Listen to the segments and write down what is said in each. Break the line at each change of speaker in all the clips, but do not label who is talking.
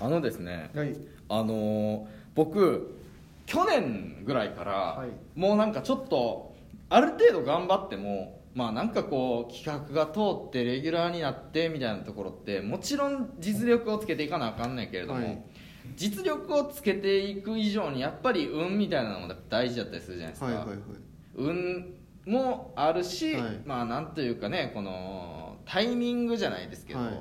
あのですね
はい
あのー僕去年ぐらいから、
はい
もうなんかちょっとある程度頑張ってもまあなんかこう企画が通ってレギュラーになってみたいなところってもちろん実力をつけていかなあかんねんけれども、
はい
実力をつけていく以上にやっぱり運みたいなのも大事だったりするじゃないですか、
はいはいはい
運もあるし、
はい
まあなんというかねこのタイミングじゃないですけど、
はい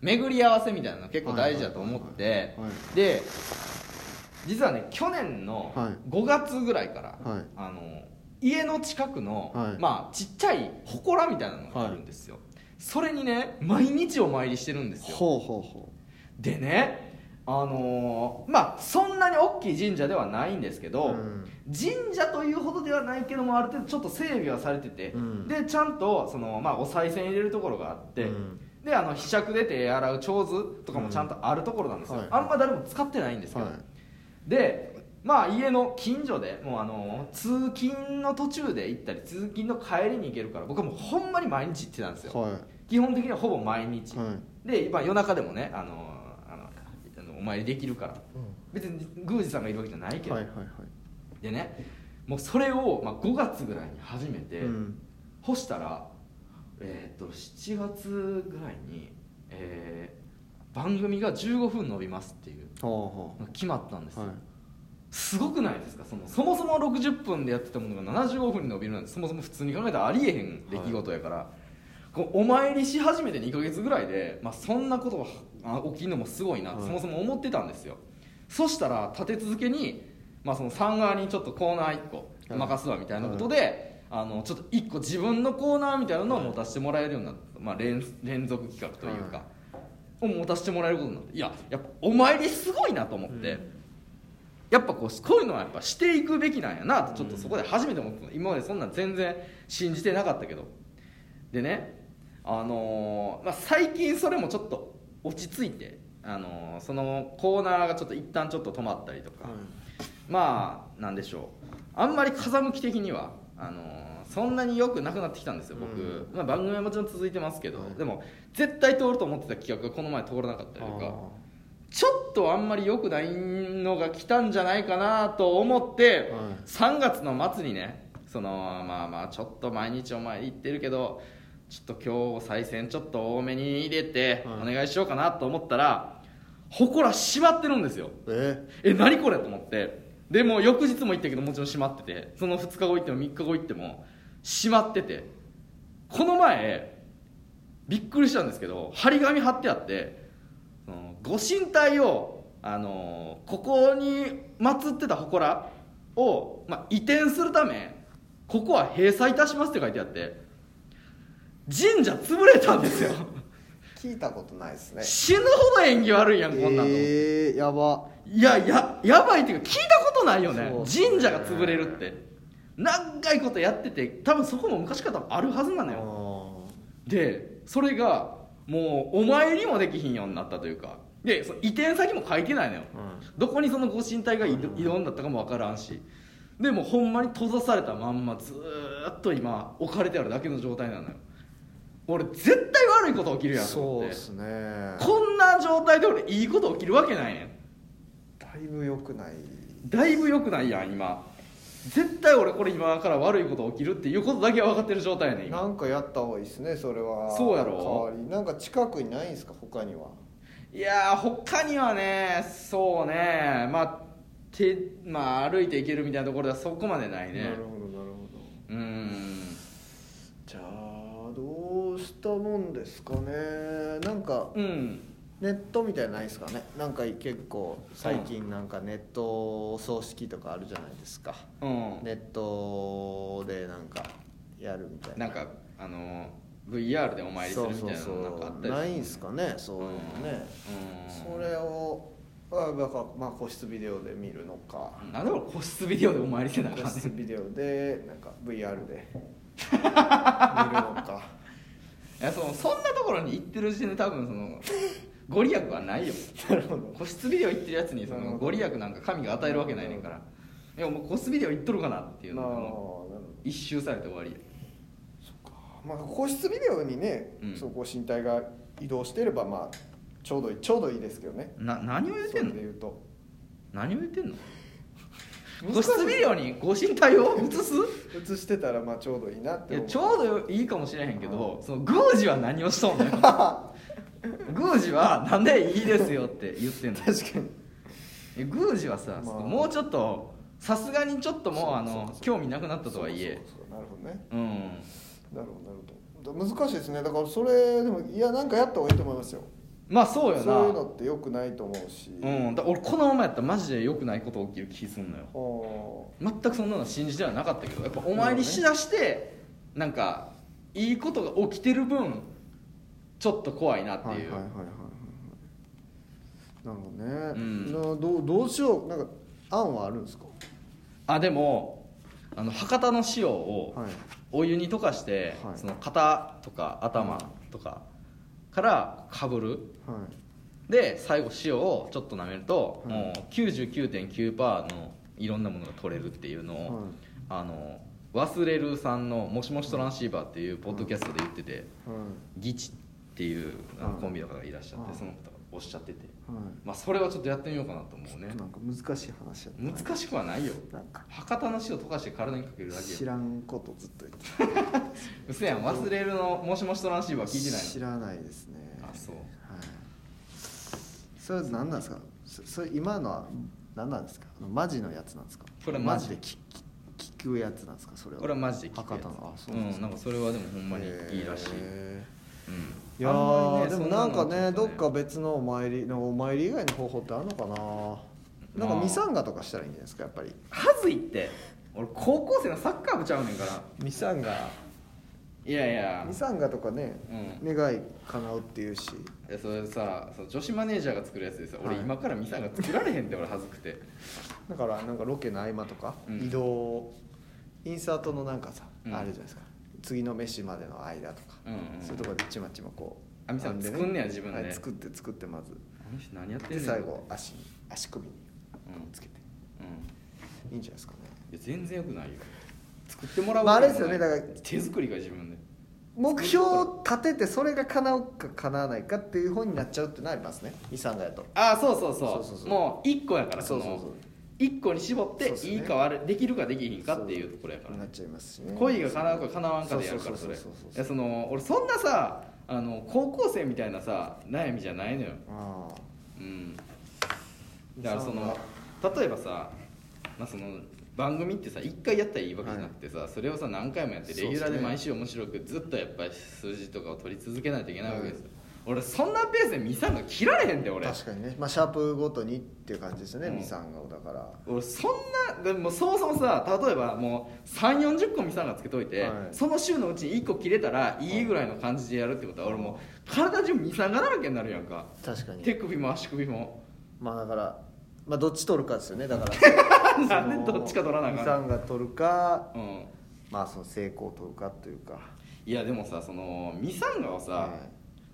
巡り合わせみたいなの結構大事だと思って、
はいはい
で実はね去年の
はい
5月ぐらいから、
はい
あの家の近くの、
はい
まあちっちゃい祠みたいなのがあるんですよ、それにね毎日お参りしてるんですよ
ほうほうほ
でねあのーまあそんなに大きい神社ではないんですけど、
うん
神社というほどではないけどもある程度ちょっと整備はされてて、
うん
でちゃんとその、まあ、お賽銭入れるところがあって、
うん
であのひしゃくで手洗う長図とかもちゃんとあるところなんですよ、
うんはい
あんま誰も使ってないんですけど、
はい
でまあ家の近所でもうあの通勤の途中で行ったり通勤の帰りに行けるから僕はもうほんまに毎日行ってたんですよ、
はい
基本的にはほぼ毎日、
は
で、まあ、夜中でもねあのあのあのお参りできるから別に宮司さんがいるわけじゃないけ
い
ど、
はいはいはい
でねもうそれを、まあ、5月ぐらいに始めて、
うん
干したらえーっと7月ぐらいに、えー番組が15分伸びますっていう
ほうほ
のが決まったんです
う
よ、
はい
すごくないですかそのそもそも60分でやってたものが75分に伸びるなんてそもそも普通に考えたらありえへん出来事やから、こうお参りし始めて2ヶ月ぐらいで、まあ、そんなことがあ起きるのもすごいなって
はい
そもそも思ってたんですよ、そしたら立て続けに、まあ、その3側にちょっとコーナー1個
はい
任すわみたいなことで、あのちょっと1個自分のコーナーみたいなのを持たせてもらえるようになった、まあ、連連続企画というか、
は
を持たせてもらえることになっていややっぱお参りすごいなと思って。
うん
やっぱこうこういうのはやっぱしていくべきなんやなとちょっとそこで初めて思った、今までそんなん全然信じてなかったけどでねあのーまあ、最近それもちょっと落ち着いて、あのーそのコーナーがちょっと一旦ちょっと止まったりとか、まあなんでしょうあんまり風向き的にはあのーそんなによくなくなってきたんですよ僕、
うん
まあ、番組はもちろん続いてますけど、
はい
でも絶対通ると思ってた企画がこの前通らなかったりとか。ちょっとあんまり良くないのが来たんじゃないかなと思って、
はい
3月の末にねそのまあまあちょっと毎日お前行ってるけどちょっと今日再選ちょっと多めに入れてお
はい
願いしようかなと思ったら祠閉まってるんですよ
え
え何これと思ってでもう翌日も行ったけどもちろん閉まっててその2日後行っても3日後行っても閉まっててこの前びっくりしたんですけど張り紙貼ってあってそのご神体をあのここに祀ってた祠を、まあ、移転するためここは閉鎖いたしますって書いてあって神社潰れたんですよ
聞いたことないですね
死ぬほど縁起悪いやんこんなんの、
えーやば
いやややばいっていうか聞いたことないよね
そうっすね
神社が潰れるって長いことやってて多分そこも昔から多分あるはずなのよでそれがもうお参りもできひんようになったというかでその移転先も書いてないのよ、
う
どこにそのご神体が移動移動になったかも分からんしでもうほんまに閉ざされたまんまずーっと今置かれてあるだけの状態なのよ俺絶対悪いこと起きるやんと
そう
思っ
で
て
すね
こんな状態で俺いいこと起きるわけないねん
だいぶ良くない
だいぶ良くないやん今絶対俺これ今から悪いこと起きるっていうことだけは分かってる状態やねん
な
今
んかやった方がいいですねそれは
そうやろ
代わりなんか近くにないんですか他にはい
やー他にはねそうねまあ手まあ歩いていけるみたいなところではそこまでないね
なるほどなるほど
うーん
じゃあどうしたもんですかねなんか
うん
ネットみたいなのないですかねなんか結構最近なんかネットお葬式とかあるじゃないですか
うん
ネットでなんかやるみたいな
なんかあの VR でお参りするみたいな
そう
のなん
そう
かあ
そ
った
う
り
ないん
す
すかねそういうのね、
うん
それをあだからまあ個室ビデオで見るのか
るなんで俺個室ビデオでお参りしてなあか
個
んね
室
ん
ビデオでなんか VR で見るの か
いやそのそんなところに行ってる時点で多分そ のご利益はないよ
なるほど
個室ビデオ行ってるやつにそ
なる
の
ほど
ご利益なんか神が与えるわけないねんからいやもう個室ビデオ行っとるかなっていう
ま
の
あ
が
なる
も
ほど
う一周されて終わり
まあ個室ビデオにね、
うん
そうこう身体が移動してればまあちょうどいいちょうどいいですけどね
な何を言っ
そ
て
れ
んの
で言うと
何を言ってんの
難
個
しい
室ビデオにご神体を映す
映してたらまあちょうどいいなって
いや
思う
ちょうどいいかもしれへんけどその宮司は何をしとんのよ 宮司はなんでいいですよって言ってんのい
確かに
や宮司はさ、
まあ
もうちょっとさすがにちょっともうあ
そうそう
の
そう
興味なくなったとはいえ
そうそうそうなるほどね
うん
なるほどなるほどだ難しいですねだからそれでもいやなんかやった方がいいと思いますよ
まあそうよな
そういうのってよくないと思うし、
うん、だ俺このままやったらマジで良くないこと起きる気すんのよ
ほ
全くそんなの信じてはなかったけどやっぱお参りしだしてなんかいいことが起きてる分ちょっと怖いな
う
っていう、
はいはいはいなるほどね、
うん
などうどうしようなんか案はあるんですか
あでもあの博多の塩を
はい
お湯に溶かして、
はい
その肩とか頭とかからかぶる
は
で最後塩をちょっと舐めると、
はい
もう99.9%のいろんなものが取れるっていうの
い、
を、
は
あの忘れるさんの「もしもしトランシーバー」っていうポッドキャストで言ってて、
いはい
ギチっていうあの
うん
コンビの方がいらっしゃって、
うん
その方がおっしゃってて、
はい
まあ、それはちょっとやってみようかなと思うね
なんか難しい話やったな
難しくはないよ
なんか
博多の塩溶かして体にかけるだけ
知
よ
らんことずっと言って
うせやん忘れるの「もしもしトランシーバー」聞いてないの
知らないですね
あそう
はいそれ何なんですかそそれ今のは何なんですかあのマジのやつなんですか
これマ
マ
ジ
ジで聞聞聞くやつなんですかそれは
これはマジで聞くや
博
つ
多のあそううなんです
ん、なんかそれはでもほんまにいいらしい、
へ
うん
ーいや
あんま
ー、
り
で
ね
もなんか
そなの
ね
はち
ど
ょ
っか別のお参りのお参り以外の方法ってあるのかななん
ま
か
あ
ミサンガとかしたらいいんじゃないですかやっぱり
はずいって俺高校生のサッカー部ちゃうねんから
ミサンガ
いやいや
ミサンガとかね、願い叶うっていうし
えそれさその女子マネージャーが作るやつでさ俺
はい
今からミサンが作られへんって俺恥ずくて
だからなんかロケの合間とか、
うん
移動インサートのなんかさ、
うん
あるじゃないですか次の飯までの間とか、
うんうんうん
そういうところでちまちまこう
あみさん
編で
作んねや自分で
はい、作って作ってまず
あの人何やってん
で
ねん
最後足に足首に
うん
つけて
うん
いいんじゃないですかね
いや全然よくないよ作ってもらう
まああれで
わけ
すよね
もない
だから
手作りが自分で
目標を立ててそれが叶うか叶わないかっていう方になっちゃうってなりますね遺産がやと
ああそうそうそう
そうそうそう
もう1個やから
そう
の
そうそう
1個に絞っ
そう
て
っすね
いいか悪いできるかできひんかっていうところやから
なっちゃいますしね
恋が叶うか叶わんかでやるからそれい
そうそうそうそう
やその俺そんなさあの高校生みたいなさ悩みじゃないのよ
ああ
うんだからそ
遺産
の
が
例えばさ、まあ、その番組ってさ1回やったらいいわけじゃなくてさ、それをさ何回もやってレギュラーで毎週面白くずっとやっぱり数字とかを取り続けないといけないわけですよ、俺そんなペースでミサンが切られへんで俺
確かにね、まあ、シャープごとにっていう感じですよね、
うん
ミサンガをだから
俺そんなでもそもそもさ例えばもう3 4 0個ミサンがつけといて、
はい
その週のうちに1個切れたらいいぐらいの感じでやるってことは俺もう体中ミサンがだらけになるやんか
確か
手首も足首も
まあだから、まあ、どっち取るかですよね だから
なんでどっちか取らなあかん
ミサンガ取るか
うん
まあその成功取るかというか
いやでもさそのミサンガをさ、
は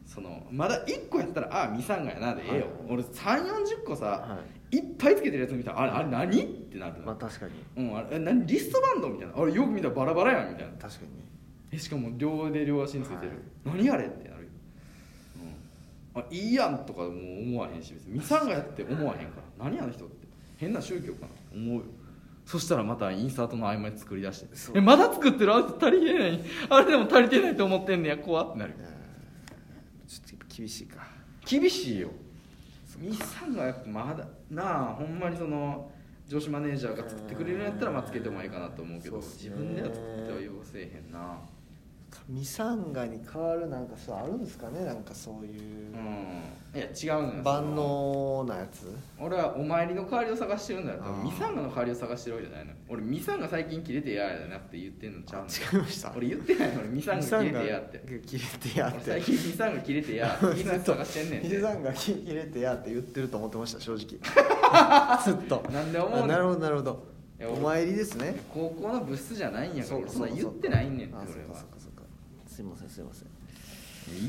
そのまだ1個やったらああミサンガやなでええよ、
はい
俺3 4 0個さ、、
はい
っぱいつけてるやつ見たらあれあれ何ってなる
い、まあ確かに
うん、あれえ何リストバンドみたいなあれよく見たらバラバラやんみたいな
確かにね
えしかも両腕両足についてる、何あれってなるよ、うん、あいいやんとかもう思わへんし別にミサンガやって思わへんから何あの人って変な宗教かな思うよそしたらまたインサートの合間に作り出して
そう
えまだ作ってるあいつ足りてないあれでも足りてないと思ってんねや怖ってなる
えーちょっと厳しいか
厳しいよミサンガやっぱまだなあほんまにその女子マネージャーが作ってくれるんやったらまあつけてもいいかなと思うけど
そうっす
自
ね
分では作っては要せえへんな
ミサンガに変わるなんかそうあるんですかねなんかそういう
うんいや違うのよ
万能なやつ
俺はお参りの代わりを探してるんだよ
あー
ミサンガの代わりを探してるわけじゃないの俺ミサンガ最近切れてややなって言ってんのちゃうの
違いました
俺言ってないの俺ミサンガ切れてやって
切れてや
俺
って
最近ミサンガ切れてやいいのやつ探してんねん
ヒ
て
デさんが入れてやって言ってると思ってました正直 ずっと
なんで思うねん
あなるほどなるほど
いや
お
俺
参りですね
高校の部室じゃないんやから
う
俺そんな言ってないんねんって
あ
俺
そうか
は
そうかそうかすいませんすいません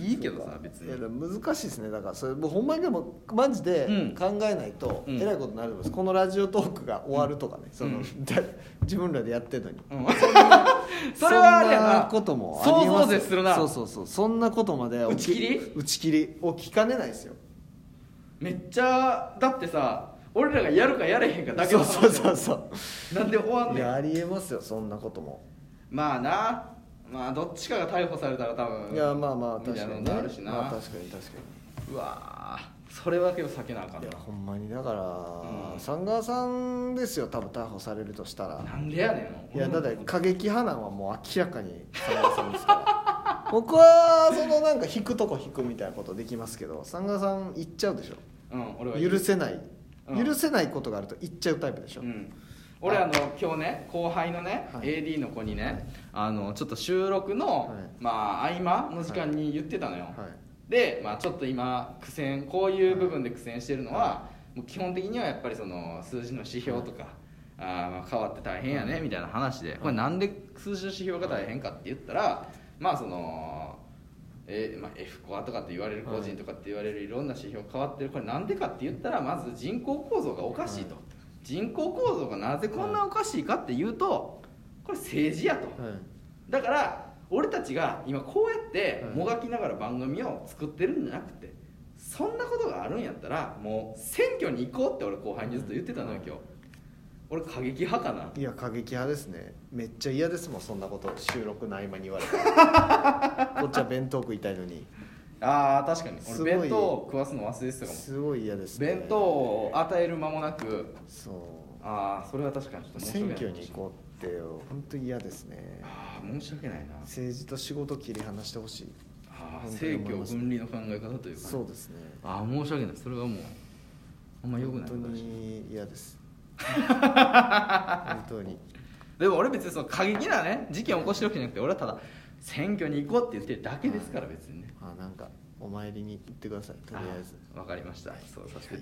いいけど
そう
さ
か
別
い
に
やでも難しいですねだからそれもうほんまにでもマジで
うん
考えないと
うん
えらいことになると思いますこのラジオトークが終わるとかね、そ の、
う
自分らでやってるのに
うんそれはあれや
そんな
な
こともあ
想
ります
像
よ
絶するな
そうそうそうそんなことまで起
打ち切り
打ち切りを聞かねないですよ
めっちゃだってさ俺らがやるかやれへんかだけの
そう
話
そうそうそ
なんで終わん
うい
ねん
やありえますよそんなことも
まあなまあどっちかが逮捕されたら多分
いやまあまあ確かに
み
ね
たいなのあるしな、
まあ、確かに確かに
うわーそれだけを避けなあかん
い
な
やほんまにだから、
うん
サンガーさんですよ多分逮捕されるとしたら
なんでやねん
いやだって過激派なんはもう明らかにサンガーさんですから 僕はそのなんか引くとこ引くみたいなことできますけどサンガーさん行っちゃうでしょ
うん俺は
許せない、
うん
許せないことがあると行っちゃうタイプでしょ、
うん、俺あの今日ね後輩のね、
はい
AD の子にね、
はい
あのちょっと収録の、
はい
まあ合間の時間に言ってたのよ、
はい
で、まあ、ちょっと今苦戦こういう部分で苦戦してるのは、もう基本的にはやっぱりその数字の指標とか、あーまあ変わって大変やね、みたいな話で、これなんで数字の指標が大変かって言ったらまあその。えーまあ、F コアとかって言われる個人とかって言われるいろんな指標変わってるこれなんでかって言ったらまず人口構造がおかしいと、
は
人口構造がなぜこんなおかしいかっていうとこれ政治やと、
はい
だから俺たちが今こうやって
はい
もがきながら番組を作ってるんじゃなくて、そんなことがあるんやったらもう選挙に行こうって俺後輩にずっと言ってたのよ今日俺過激派かない
や過激派ですねめっちゃ嫌ですもんそんなこと収録の合間に言 われてこっちは弁当食いたいのに
あー確かに
すご
俺
い
弁当を食わすの忘れてたかも
すごい嫌です、ね、
弁当を与える間もなく
そう
ああそれは確かにちょっと申し
選
訳ない
挙に行こうって本当に嫌ですね
ああ申し訳ないな
政治と仕事切り離してほしい
ああ
本当に
政
思い
教
ます
分離の考え方というかね、
そうですね
ああ申し訳ないそれはもうあんま良くない
本
こ
当
とだし
に嫌です 本当に
でも俺別にその過激なね事件を起こしてるわけじゃなくて俺はただ選挙に行こうって言ってるだけですから別にね
あなんかお参りに行ってくださいとりあえず
あわかりましたそうさせて